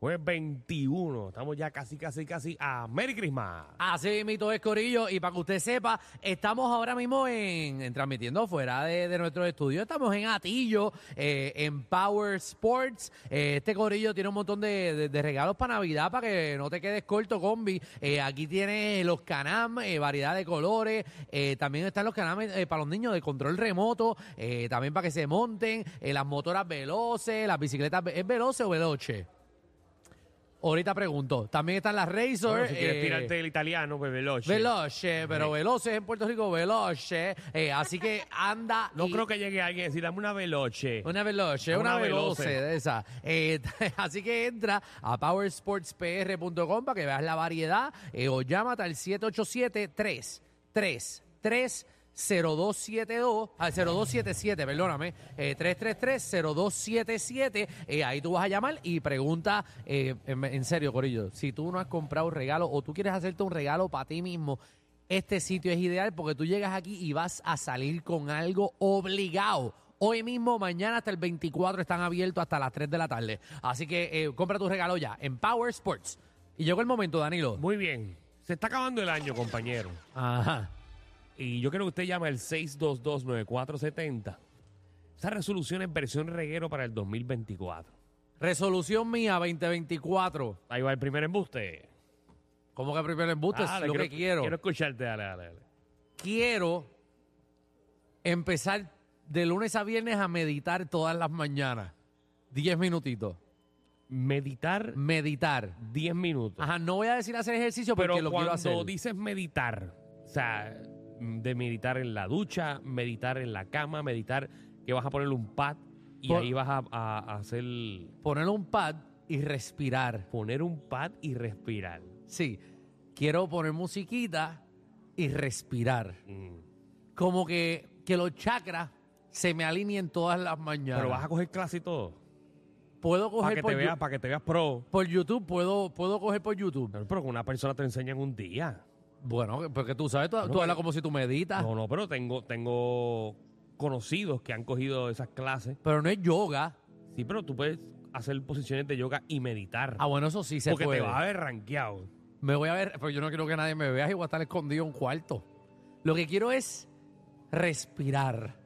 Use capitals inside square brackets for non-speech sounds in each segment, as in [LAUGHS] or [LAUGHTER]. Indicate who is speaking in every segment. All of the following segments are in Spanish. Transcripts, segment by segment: Speaker 1: jueves 21. Estamos ya casi, casi, casi a Merry Christmas.
Speaker 2: Así mito es Corillo, y para que usted sepa, estamos ahora mismo en, en transmitiendo fuera de, de nuestro estudio, estamos en Atillo, eh, en Power Sports. Eh, este Corillo tiene un montón de, de- de regalos para Navidad, para que no te quedes corto, combi. Eh, aquí tiene los Canam, eh, variedad de colores, eh, también están los Canam eh, para los niños de control remoto, eh, también para que se monten, eh, las motoras veloces, las bicicletas, ve- ¿es veloce o veloce? Ahorita pregunto. También están las Razor.
Speaker 1: Bueno, si quieres
Speaker 2: eh,
Speaker 1: tirarte el italiano, pues veloz.
Speaker 2: Veloce, pero veloce en Puerto Rico, veloce. Eh, así que anda.
Speaker 1: [LAUGHS] No
Speaker 2: y-
Speaker 1: creo que llegue alguien a decir, dame una veloce.
Speaker 2: Una veloce,
Speaker 1: Una
Speaker 2: una,
Speaker 1: veloce.
Speaker 2: veloce de esa. Eh, [LAUGHS] así que entra a powersportspr.com para que veas la variedad eh, o llámate al 787-333. 0272, ah, 0277, perdóname, eh, 333-0277, eh, ahí tú vas a llamar y pregunta, eh, en, en serio, Corillo, si tú no has comprado un regalo o tú quieres hacerte un regalo para ti mismo, este sitio es ideal porque tú llegas aquí y vas a salir con algo obligado. Hoy mismo, mañana hasta el 24 están abiertos hasta las 3 de la tarde. Así que eh, compra tu regalo ya en Power Sports. Y llegó el momento, Danilo.
Speaker 1: Muy bien. Se está acabando el año, compañero.
Speaker 2: Ajá.
Speaker 1: Y yo quiero que usted llame al 6229470. Esa resolución es versión reguero para el 2024.
Speaker 2: Resolución mía 2024.
Speaker 1: Ahí va el primer embuste.
Speaker 2: Como que primero embuste?
Speaker 1: Dale,
Speaker 2: es lo que quiero.
Speaker 1: Ah, Quiero
Speaker 2: quiero.
Speaker 1: escucharte, dale, dale, dale.
Speaker 2: empezar de lunes a viernes a meditar todas las mañanas. 10 minutitos.
Speaker 1: Meditar
Speaker 2: Meditar.
Speaker 1: 10 minutos.
Speaker 2: Ajá, no voy a decir hacer ejercicio porque
Speaker 1: Pero
Speaker 2: lo quiero
Speaker 1: cuando
Speaker 2: hacer.
Speaker 1: dices meditar, o sea, de meditar en la ducha, meditar en la cama, meditar que vas a poner un pad y
Speaker 2: Por-
Speaker 1: ahí vas a, a- a hacer
Speaker 2: poner un pad y respirar.
Speaker 1: poner un pad y respirar.
Speaker 2: Sí, quiero poner musiquita y respirar.
Speaker 1: Mm.
Speaker 2: Como que, que los chakras se me alineen todas las mañanas.
Speaker 1: Pero vas a coger clase y todo.
Speaker 2: puedo
Speaker 1: Para
Speaker 2: coger pues,
Speaker 1: que
Speaker 2: por,
Speaker 1: te
Speaker 2: Yu-
Speaker 1: veas, para que te veas pro.
Speaker 2: por YouTube, puedo, puedo coger por YouTube.
Speaker 1: Pero, pero que una persona te enseña en un día.
Speaker 2: Bueno, porque tú sabes, tú, tú
Speaker 1: que-
Speaker 2: hablas como si tú meditas,
Speaker 1: No, no, pero tengo, tengo conocidos que han cogido esas clases.
Speaker 2: pero no es yoga.
Speaker 1: Sí, pero tú puedes hacer posiciones de yoga y meditar.
Speaker 2: Ah, bueno, eso sí se
Speaker 1: porque
Speaker 2: puede.
Speaker 1: te vas a ver rankeado.
Speaker 2: Me voy a ver, pero yo no quiero que nadie me vea y voy a estar escondido en un cuarto. Lo que quiero es respirar.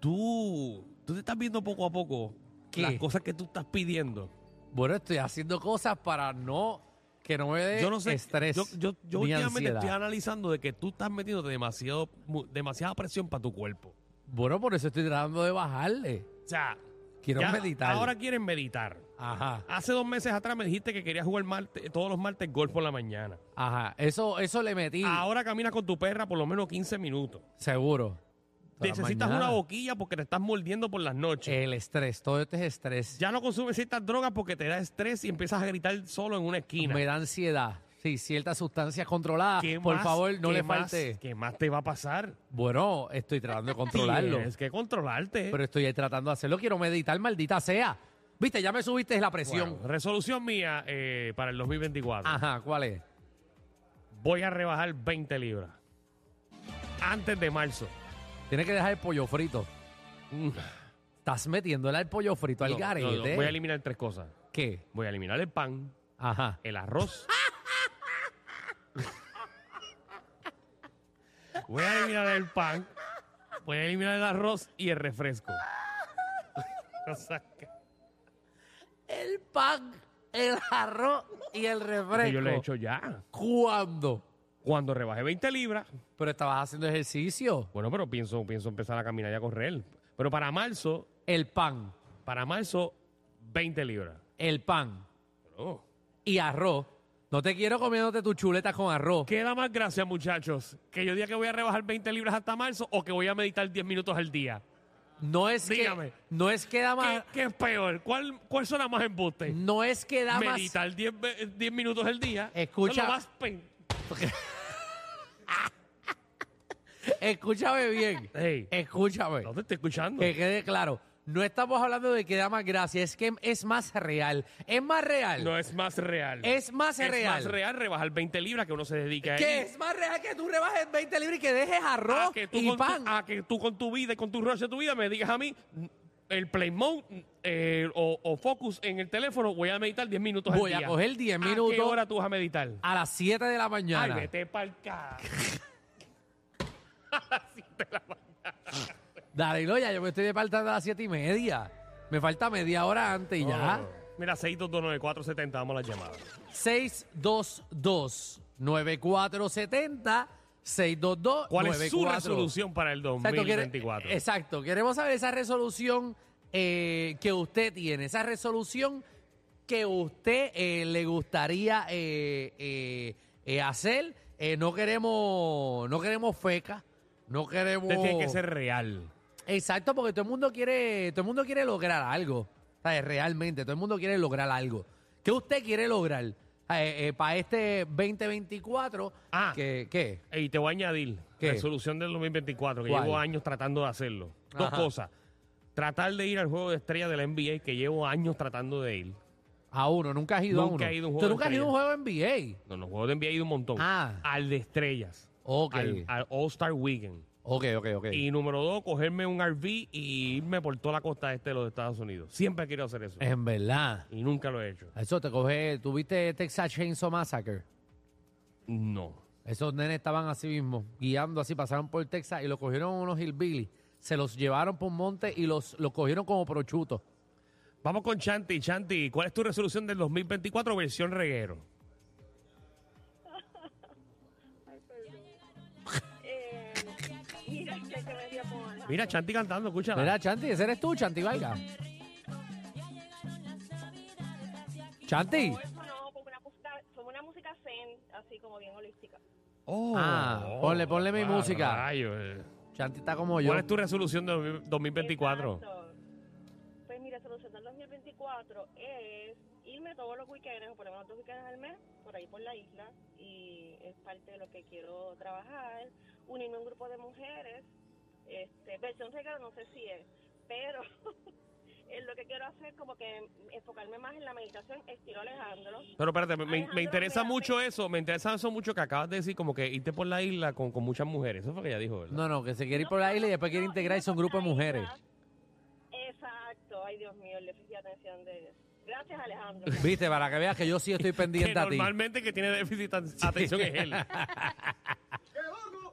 Speaker 1: tú, tú te estás viendo poco a poco
Speaker 2: ¿Qué?
Speaker 1: las cosas que tú estás pidiendo.
Speaker 2: Bueno, estoy haciendo cosas para no que no me dé
Speaker 1: Yo no sé.
Speaker 2: Eh, estrés.
Speaker 1: yo yo, yo
Speaker 2: ni
Speaker 1: últimamente
Speaker 2: ansiedad.
Speaker 1: estoy analizando de que tú estás metiendo demasiado, mu- demasiada presión para tu cuerpo.
Speaker 2: Bueno, por eso estoy tratando de bajarle.
Speaker 1: O sea,
Speaker 2: Quiero
Speaker 1: ya
Speaker 2: meditar.
Speaker 1: ahora quieren meditar.
Speaker 2: Ajá,
Speaker 1: Hace dos meses atrás me dijiste que querías jugar martes- todos los martes golf por la mañana.
Speaker 2: ajá. Eso, eso le metí.
Speaker 1: Ahora caminas con tu perra por lo menos 15 minutos.
Speaker 2: Seguro. Toda la
Speaker 1: Necesitas
Speaker 2: mañana. Eh.
Speaker 1: una boquilla porque te estás mordiendo por las noches.
Speaker 2: El estrés, todo este es estrés.
Speaker 1: Ya no consumes ciertas drogas porque te da estrés y empiezas a gritar solo en una esquina.
Speaker 2: me da ansiedad. Sí, ciertas sustancias controladas. Por
Speaker 1: más-
Speaker 2: favor, no
Speaker 1: qué
Speaker 2: le
Speaker 1: más-
Speaker 2: falte.
Speaker 1: ¿Qué más te va a pasar?
Speaker 2: Bueno, estoy tratando de controlarlo.
Speaker 1: Tienes que controlarte.
Speaker 2: Pero estoy tratando de hacerlo. Quiero meditar, maldita sea. Viste, ya me subiste la presión. Ah.
Speaker 1: Bueno, resolución mía eh, para el 2024.
Speaker 2: Ajá, ¿cuál es?
Speaker 1: Voy a rebajar 20 libras. Antes de marzo.
Speaker 2: Tienes que dejar el pollo frito.
Speaker 1: Mm.
Speaker 2: Estás metiéndole al pollo frito al
Speaker 1: No, no,
Speaker 2: garete.
Speaker 1: no, Voy a eliminar tres cosas.
Speaker 2: ¿Qué?
Speaker 1: Voy a eliminar el pan,
Speaker 2: Ajá.
Speaker 1: el arroz. voy a eliminar el pan. Voy a eliminar el arroz y el refresco. [LAUGHS] O sea, que-
Speaker 2: El pan, el arroz y el refresco.
Speaker 1: que yo lo he hecho ya.
Speaker 2: ¿Cuándo?
Speaker 1: Cuando rebajé 20 libras,
Speaker 2: Pero estabas haciendo ejercicio.
Speaker 1: Bueno, pero pienso, pienso empezar a caminar y a correr. Pero para marzo,
Speaker 2: El pan,
Speaker 1: para marzo, 20 libras.
Speaker 2: el pan
Speaker 1: Oh.
Speaker 2: y arroz. No te quiero comiéndote tus chuletas con arroz.
Speaker 1: ¿Qué da más gracia, muchachos? ¿Que yo diga que voy a rebajar 20 libras hasta marzo o que voy a meditar 10 minutos al día?
Speaker 2: No es
Speaker 1: Dígame.
Speaker 2: que no es que da
Speaker 1: ¿Qué,
Speaker 2: más
Speaker 1: qué es peor? ¿Cuál, cuál suena más embuste?
Speaker 2: no es que da Mm. más
Speaker 1: Meditar 10 ve- 10 minutos al día.
Speaker 2: Escucha.
Speaker 1: No, lo más pen-
Speaker 2: Escúchame bien.
Speaker 1: Ey.
Speaker 2: Escúchame.
Speaker 1: No te estoy escuchando.
Speaker 2: Que quede claro. No estamos hablando de que da más gracia, es que es más real. Es más real.
Speaker 1: No es más real.
Speaker 2: Es más
Speaker 1: Es
Speaker 2: real.
Speaker 1: más real rebajar 20 libras que uno se dedica
Speaker 2: que
Speaker 1: a
Speaker 2: es más real que tú rebajes 20 libras y que dejes arroz
Speaker 1: a Ah, que, tú
Speaker 2: y
Speaker 1: con
Speaker 2: pan.
Speaker 1: Tu, a que tú con tu vida y con tu rush de tu vida me digas a mí mm, el play mode mm, eh, o, o focus en el teléfono, voy a meditar 10 minutos
Speaker 2: Voy a
Speaker 1: al día.
Speaker 2: coger 10
Speaker 1: ¿A qué
Speaker 2: minutos?
Speaker 1: hora tú vas a meditar?
Speaker 2: A las 7 de la
Speaker 1: Ay,
Speaker 2: mañana.
Speaker 1: vete pa'l ca-
Speaker 2: Darilo, ya yo me estoy departando a las 7 y media. Me falta media hora antes y ya.
Speaker 1: Mira, 6229470, vamos a las llamadas.
Speaker 2: 622-9470. 622
Speaker 1: ¿Cuál es su resolución para el
Speaker 2: Exacto, quiere-
Speaker 1: 2024?
Speaker 2: exacto, queremos saber esa resolución eh, que usted tiene, esa resolución que usted eh, le gustaría eh, eh, eh, hacer. Eh, no queremos, no queremos feca, no queremos.
Speaker 1: Usted tiene que ser real.
Speaker 2: Exacto, porque todo el mundo quiere, todo el mundo quiere lograr algo. ¿sabes? Realmente, todo el mundo quiere lograr algo. ¿Qué usted quiere lograr para este 2024?
Speaker 1: Ah.
Speaker 2: ¿Qué? qué?
Speaker 1: Y te voy a añadir,
Speaker 2: ¿Qué?
Speaker 1: resolución del 2024, que
Speaker 2: ¿Cuál?
Speaker 1: llevo años tratando de hacerlo. Dos
Speaker 2: Ajá.
Speaker 1: cosas. Tratar de ir al juego de estrella de la NBA, que llevo años tratando de ir.
Speaker 2: A uno, nunca has ido a
Speaker 1: Nunca
Speaker 2: uno.
Speaker 1: he ido a un
Speaker 2: ¿Tú
Speaker 1: juego
Speaker 2: nunca has
Speaker 1: de
Speaker 2: ido a un juego NBA?
Speaker 1: No, los juegos de NBA he ido un montón.
Speaker 2: Ah.
Speaker 1: Al de estrellas.
Speaker 2: Ok.
Speaker 1: Al, al All-Star Weekend.
Speaker 2: Ok, ok, ok.
Speaker 1: Y número dos, cogerme un RV y irme por toda la costa este de los Estados Unidos. Siempre quiero hacer eso.
Speaker 2: En verdad.
Speaker 1: Y nunca lo he hecho.
Speaker 2: Eso te coge. ¿Tuviste Texas Chainsaw Massacre?
Speaker 1: No.
Speaker 2: Esos nenes estaban así mismo, guiando así, pasaron por Texas y lo cogieron unos hillbilly. Se los llevaron por un monte y los, los cogieron como prochutos.
Speaker 1: Vamos con Chanti. Chanti, ¿cuál es tu resolución del 2024 versión reguero?
Speaker 3: [LAUGHS] Eh, mira, que que me dio por-
Speaker 1: Mira, Chanti cantando, escúchala.
Speaker 2: Mira, Chanti, ese eres tú, Chanti Valga. Chanti.
Speaker 3: No, eso no, porque una música, como una música zen, así como bien holística.
Speaker 1: Oh,
Speaker 2: Ah, ponle- ponle mi
Speaker 1: ah,
Speaker 2: música.
Speaker 1: rayos, eh.
Speaker 2: Chanti está como yo.
Speaker 1: ¿Cuál es tu resolución de 2024?
Speaker 3: Exacto. Pues mira, solución del 2024 es irme todos los weekends, o por lo menos dos weekends al mes, por ahí por la isla, y es parte de lo que quiero trabajar, unirme a un grupo de mujeres, este, versión regalo no sé si es, pero [LAUGHS] es lo que quiero hacer como que enfocarme más en la meditación estilo Alejandro,
Speaker 1: Pero espérate, me- me, me
Speaker 3: Alejandro,
Speaker 1: interesa
Speaker 3: mira,
Speaker 1: mucho eso, me interesa eso mucho que acabas de decir, como que irte por la isla con, con muchas mujeres. Eso fue lo que ella dijo, ¿verdad?
Speaker 2: No, no, que se quiere ir por la isla y después quiere
Speaker 3: No,
Speaker 2: integrarse a un
Speaker 3: irme
Speaker 2: grupo de
Speaker 3: por la
Speaker 2: mujeres.
Speaker 3: isla. Exacto, ay Dios mío, le fijé atención de... Gracias Alejandro.
Speaker 2: Viste, para que veas que yo sí
Speaker 1: [LAUGHS]
Speaker 2: estoy
Speaker 1: que
Speaker 2: pendiente a ti.
Speaker 1: normalmente que tiene déficit de atención es
Speaker 2: [LAUGHS]
Speaker 1: él.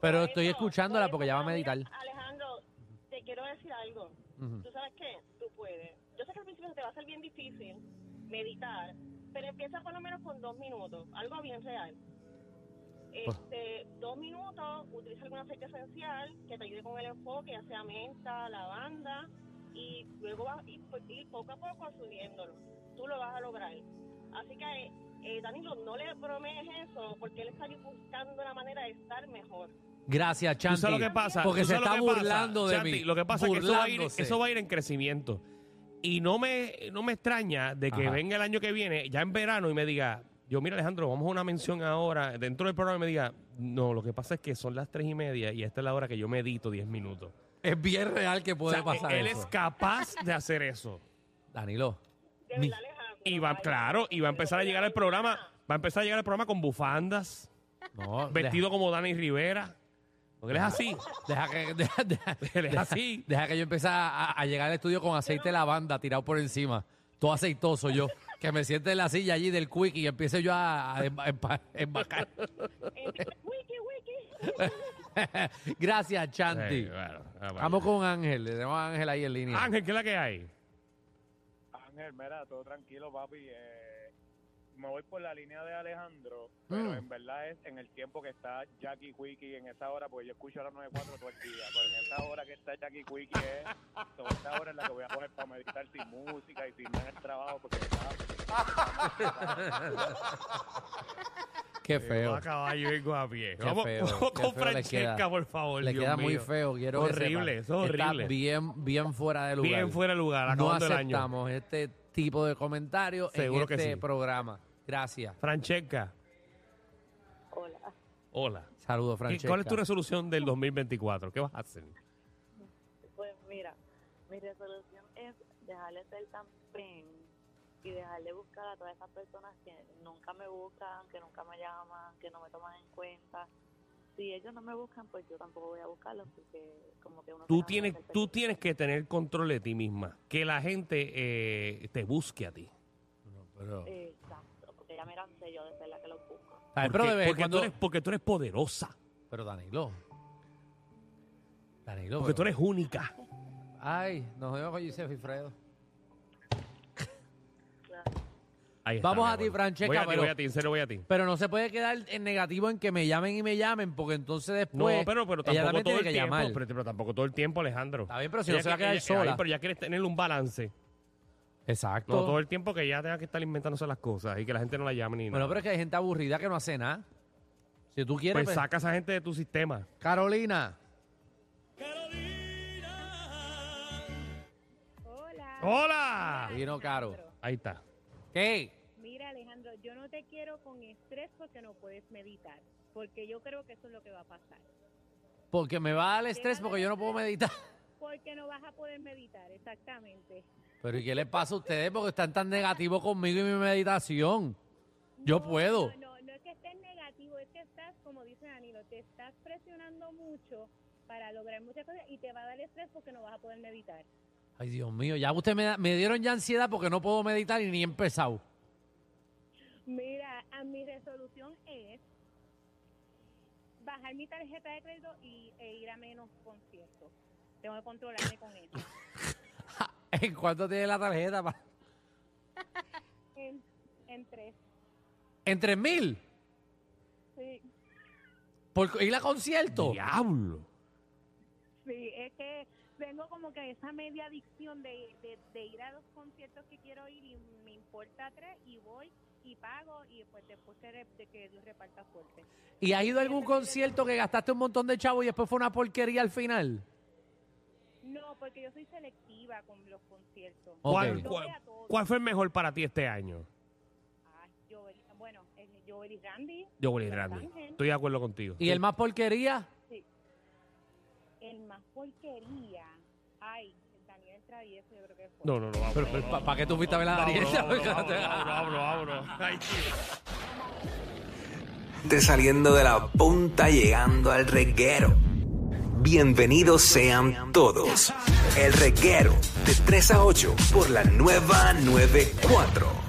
Speaker 2: Pero estoy
Speaker 3: Eso,
Speaker 2: escuchándola
Speaker 3: por
Speaker 2: porque
Speaker 3: eso,
Speaker 2: ya va a
Speaker 3: pero
Speaker 2: meditar.
Speaker 3: mira, Alejandro, te quiero decir algo. ¿Tú sabes qué? Tú puedes. Yo sé que al principio se te va a hacer bien difícil meditar, pero empieza por lo menos con dos minutos, algo bien real. Este, dos minutos, utiliza algún aceite esencial que te ayude con el enfoque, ya sea menta, lavanda, y luego vas y, y poco a poco subiéndolo. Tú lo vas a lograr. Así que, eh, Danilo, no le bromees eso, porque él está buscando la manera de estar mejor.
Speaker 2: Gracias,
Speaker 1: ¿Tú
Speaker 2: Chanti.
Speaker 1: sabes lo que pasa?
Speaker 2: Porque
Speaker 1: ¿Tú
Speaker 2: se
Speaker 1: sabes
Speaker 2: está
Speaker 1: lo que pasa,
Speaker 2: burlando de
Speaker 1: Chanti?
Speaker 2: mí.
Speaker 1: Lo que pasa es que eso va, a ir,
Speaker 2: Burlándose.
Speaker 1: eso va a ir en crecimiento. Y no me, no me extraña de que
Speaker 2: Ajá.
Speaker 1: venga el año que viene, ya en verano, y me diga, yo mira Alejandro, vamos a una mención ahora, dentro del programa y me diga, no, lo que pasa es que son las tres y media y esta es la hora que yo medito 10 minutos.
Speaker 2: Es bien real que puede
Speaker 1: O sea, e-,
Speaker 2: pasar
Speaker 1: él
Speaker 2: eso.
Speaker 1: es capaz de hacer eso.
Speaker 2: Danilo.
Speaker 3: De
Speaker 2: Mi-
Speaker 3: verdad, Alejandro.
Speaker 1: Y va,
Speaker 3: vaya.
Speaker 1: claro, y va a empezar a llegar al programa, va a empezar a llegar al programa con bufandas,
Speaker 2: No,
Speaker 1: vestido como Dani Rivera. Porque él es así.
Speaker 2: Deja que, deja, deja-
Speaker 1: Él es
Speaker 2: deja- [LAUGHS]
Speaker 1: así.
Speaker 2: deja que yo empiece a, a llegar al estudio con aceite de lavanda tirado por encima. Todo aceitoso yo. Que me siente en la silla allí del quick y empiece yo a, a emba- emba- embacar. [LAUGHS]
Speaker 4: eh,
Speaker 3: Entonces, wiki, wiki.
Speaker 2: Gracias, Chanti.
Speaker 1: Eh, bueno, ah, bueno.
Speaker 2: Vamos con Ángel. Tenemos a Ángel ahí en línea.
Speaker 1: Ángel, ¿qué es la que hay?
Speaker 5: Ángel, mira, todo tranquilo, papi. eh, me voy por la línea de Alejandro, pero
Speaker 2: Mm.
Speaker 5: en verdad es en el tiempo que está Jackie Quickie en esa hora, porque yo escucho a las 9.4 todo el día, pero en esa hora que está Jackie Quickie es toda esa hora en la que voy a poner para meditar sin música y sin nada en el trabajo, porque me está-
Speaker 2: Qué
Speaker 1: Yo
Speaker 2: feo.
Speaker 1: a caballo y vengo a pie.
Speaker 2: Qué
Speaker 1: vamos
Speaker 2: feo,
Speaker 1: vamos
Speaker 2: qué
Speaker 1: con
Speaker 2: feo le
Speaker 1: Francesca,
Speaker 2: queda.
Speaker 1: por favor.
Speaker 2: Le
Speaker 1: Dios
Speaker 2: queda muy
Speaker 1: mío.
Speaker 2: feo, quiero que
Speaker 1: Horrible,
Speaker 2: sepan.
Speaker 1: eso es horrible.
Speaker 2: Está bien, bien fuera de lugar.
Speaker 1: Bien fuera de lugar,
Speaker 2: No
Speaker 1: acabando el año.
Speaker 2: aceptamos este tipo de comentarios en
Speaker 1: Seguro que
Speaker 2: este
Speaker 1: sí.
Speaker 2: programa. Gracias.
Speaker 1: Francesca,
Speaker 4: [LAUGHS] Hola.
Speaker 1: hola.
Speaker 2: Saludos,
Speaker 1: ¿Qué-
Speaker 2: Francesca.
Speaker 1: ¿Cuál es tu resolución del 2024? ¿Qué vas a hacer?
Speaker 4: Pues mira, mi resolución es dejar de ser tan pen y dejar de buscar a todas esas personas que nunca me buscan, que nunca me llaman, que no me toman en cuenta. Si ellos no me buscan, pues yo tampoco voy a buscarlos porque como que uno... se
Speaker 1: Tú
Speaker 4: cansa de
Speaker 1: tienes,
Speaker 4: ser
Speaker 1: tú
Speaker 4: feliz.
Speaker 1: tienes que tener control de ti misma. Que la gente eh, te busque a ti.
Speaker 2: No, pero-
Speaker 4: Exacto, porque ya me cansé yo de ser la que los busco.
Speaker 2: Ay, pero de
Speaker 1: porque,
Speaker 2: vez en
Speaker 1: porque
Speaker 2: cuando-
Speaker 1: tú eres, porque tú eres poderosa.
Speaker 2: Pero Danilo. Danilo.
Speaker 1: Porque tú
Speaker 2: pero-
Speaker 1: eres única.
Speaker 2: Ay, nos vemos con Gisef y Fredo.
Speaker 1: Ahí está,
Speaker 2: Vamos
Speaker 1: mi
Speaker 2: a ti,
Speaker 1: amor.
Speaker 2: Francesca,
Speaker 1: Voy a ti,
Speaker 2: pero-
Speaker 1: voy a ti, en serio voy a ti.
Speaker 2: Pero no se puede quedar en negativo en que me llamen y me llamen, porque entonces después.
Speaker 1: no, pero, pero
Speaker 2: pues,
Speaker 1: tampoco
Speaker 2: ella también
Speaker 1: todo
Speaker 2: tiene
Speaker 1: el
Speaker 2: que
Speaker 1: tiempo.
Speaker 2: llamar.
Speaker 1: Pero, pero tampoco todo el tiempo, Alejandro.
Speaker 2: Está bien, pero si no
Speaker 1: Ella
Speaker 2: se va a
Speaker 1: que-
Speaker 2: quedar
Speaker 1: ella-
Speaker 2: sola.
Speaker 1: ay, pero ya quieres tener un balance.
Speaker 2: Exacto.
Speaker 1: No, todo el tiempo que ella tenga que estar inventándose las cosas y que la gente no la llame ni
Speaker 2: Bueno,
Speaker 1: nada.
Speaker 2: pero es que hay gente aburrida que no hace nada. Si tú quieres.
Speaker 1: pues
Speaker 2: pues-
Speaker 1: saca a esa gente de tu sistema.
Speaker 2: Carolina.
Speaker 3: Hola.
Speaker 1: ¡Hola!
Speaker 2: Vino Caro.
Speaker 3: Alejandro.
Speaker 1: Ahí está.
Speaker 2: ¿Qué?
Speaker 3: Mira, Alejandro, yo no te quiero con estrés porque no puedes meditar, porque yo creo que eso es lo que va a pasar.
Speaker 2: Porque me va al estrés porque yo no puedo meditar.
Speaker 3: Porque no vas a poder meditar, exactamente.
Speaker 2: Pero ¿y qué les pasa a ustedes? Porque están tan negativos conmigo y mi meditación. Yo
Speaker 3: No,
Speaker 2: puedo.
Speaker 3: No, no, no es que estés negativo, es que estás, como dice Danilo, te estás presionando mucho para lograr muchas cosas y te va a dar estrés porque no vas a poder meditar.
Speaker 2: Ay, Dios mío, ya ustedes me, da- me dieron ya ansiedad porque no puedo meditar y ni he empezado. [LAUGHS]
Speaker 3: Mira, a mi resolución es bajar mi tarjeta de crédito y, e ir a menos conciertos. Tengo que controlarme con
Speaker 2: [LAUGHS]
Speaker 3: eso.
Speaker 2: ¿En cuánto tiene la tarjeta? pa-
Speaker 3: En, en tres.
Speaker 2: ¿En tres mil?
Speaker 3: Sí,
Speaker 2: ¿Por ir a concierto?
Speaker 1: ¡Diablo!
Speaker 3: sí, es que tengo como que esa media adicción de, de, de ir a los conciertos que quiero ir y me importa tres y voy y pago y pues después que, re- de que Dios reparta fuerte.
Speaker 2: ¿Y has ido a algún concierto que gastaste un montón de chavo y después fue una porquería al final?
Speaker 3: No, porque yo soy selectiva con los conciertos.
Speaker 2: Ok.
Speaker 1: ¿Cuál,
Speaker 3: Yo
Speaker 1: cuál,
Speaker 3: voy a todos.
Speaker 1: cuál fue el mejor para ti este año?
Speaker 3: Ah, Joel- bueno, es Joel y Randy,
Speaker 1: Yo voy a ir Randy.
Speaker 3: Ángel.
Speaker 1: Estoy de acuerdo contigo.
Speaker 2: ¿Y el más porquería?
Speaker 3: el más porquería. Ay, Daniel Travieso, yo creo que fue.
Speaker 1: No, no, no, vámonos.
Speaker 2: Pero, pero, ¿Para qué tú fuiste a ver a Daniel?
Speaker 1: Vámonos,
Speaker 2: [LAUGHS]
Speaker 1: vámonos, vámonos, vámonos, vámonos. Ay, tío.
Speaker 6: Te saliendo de la punta llegando al reguero. Bienvenidos sean todos. El reguero de 3 a 8 por la nueva 94.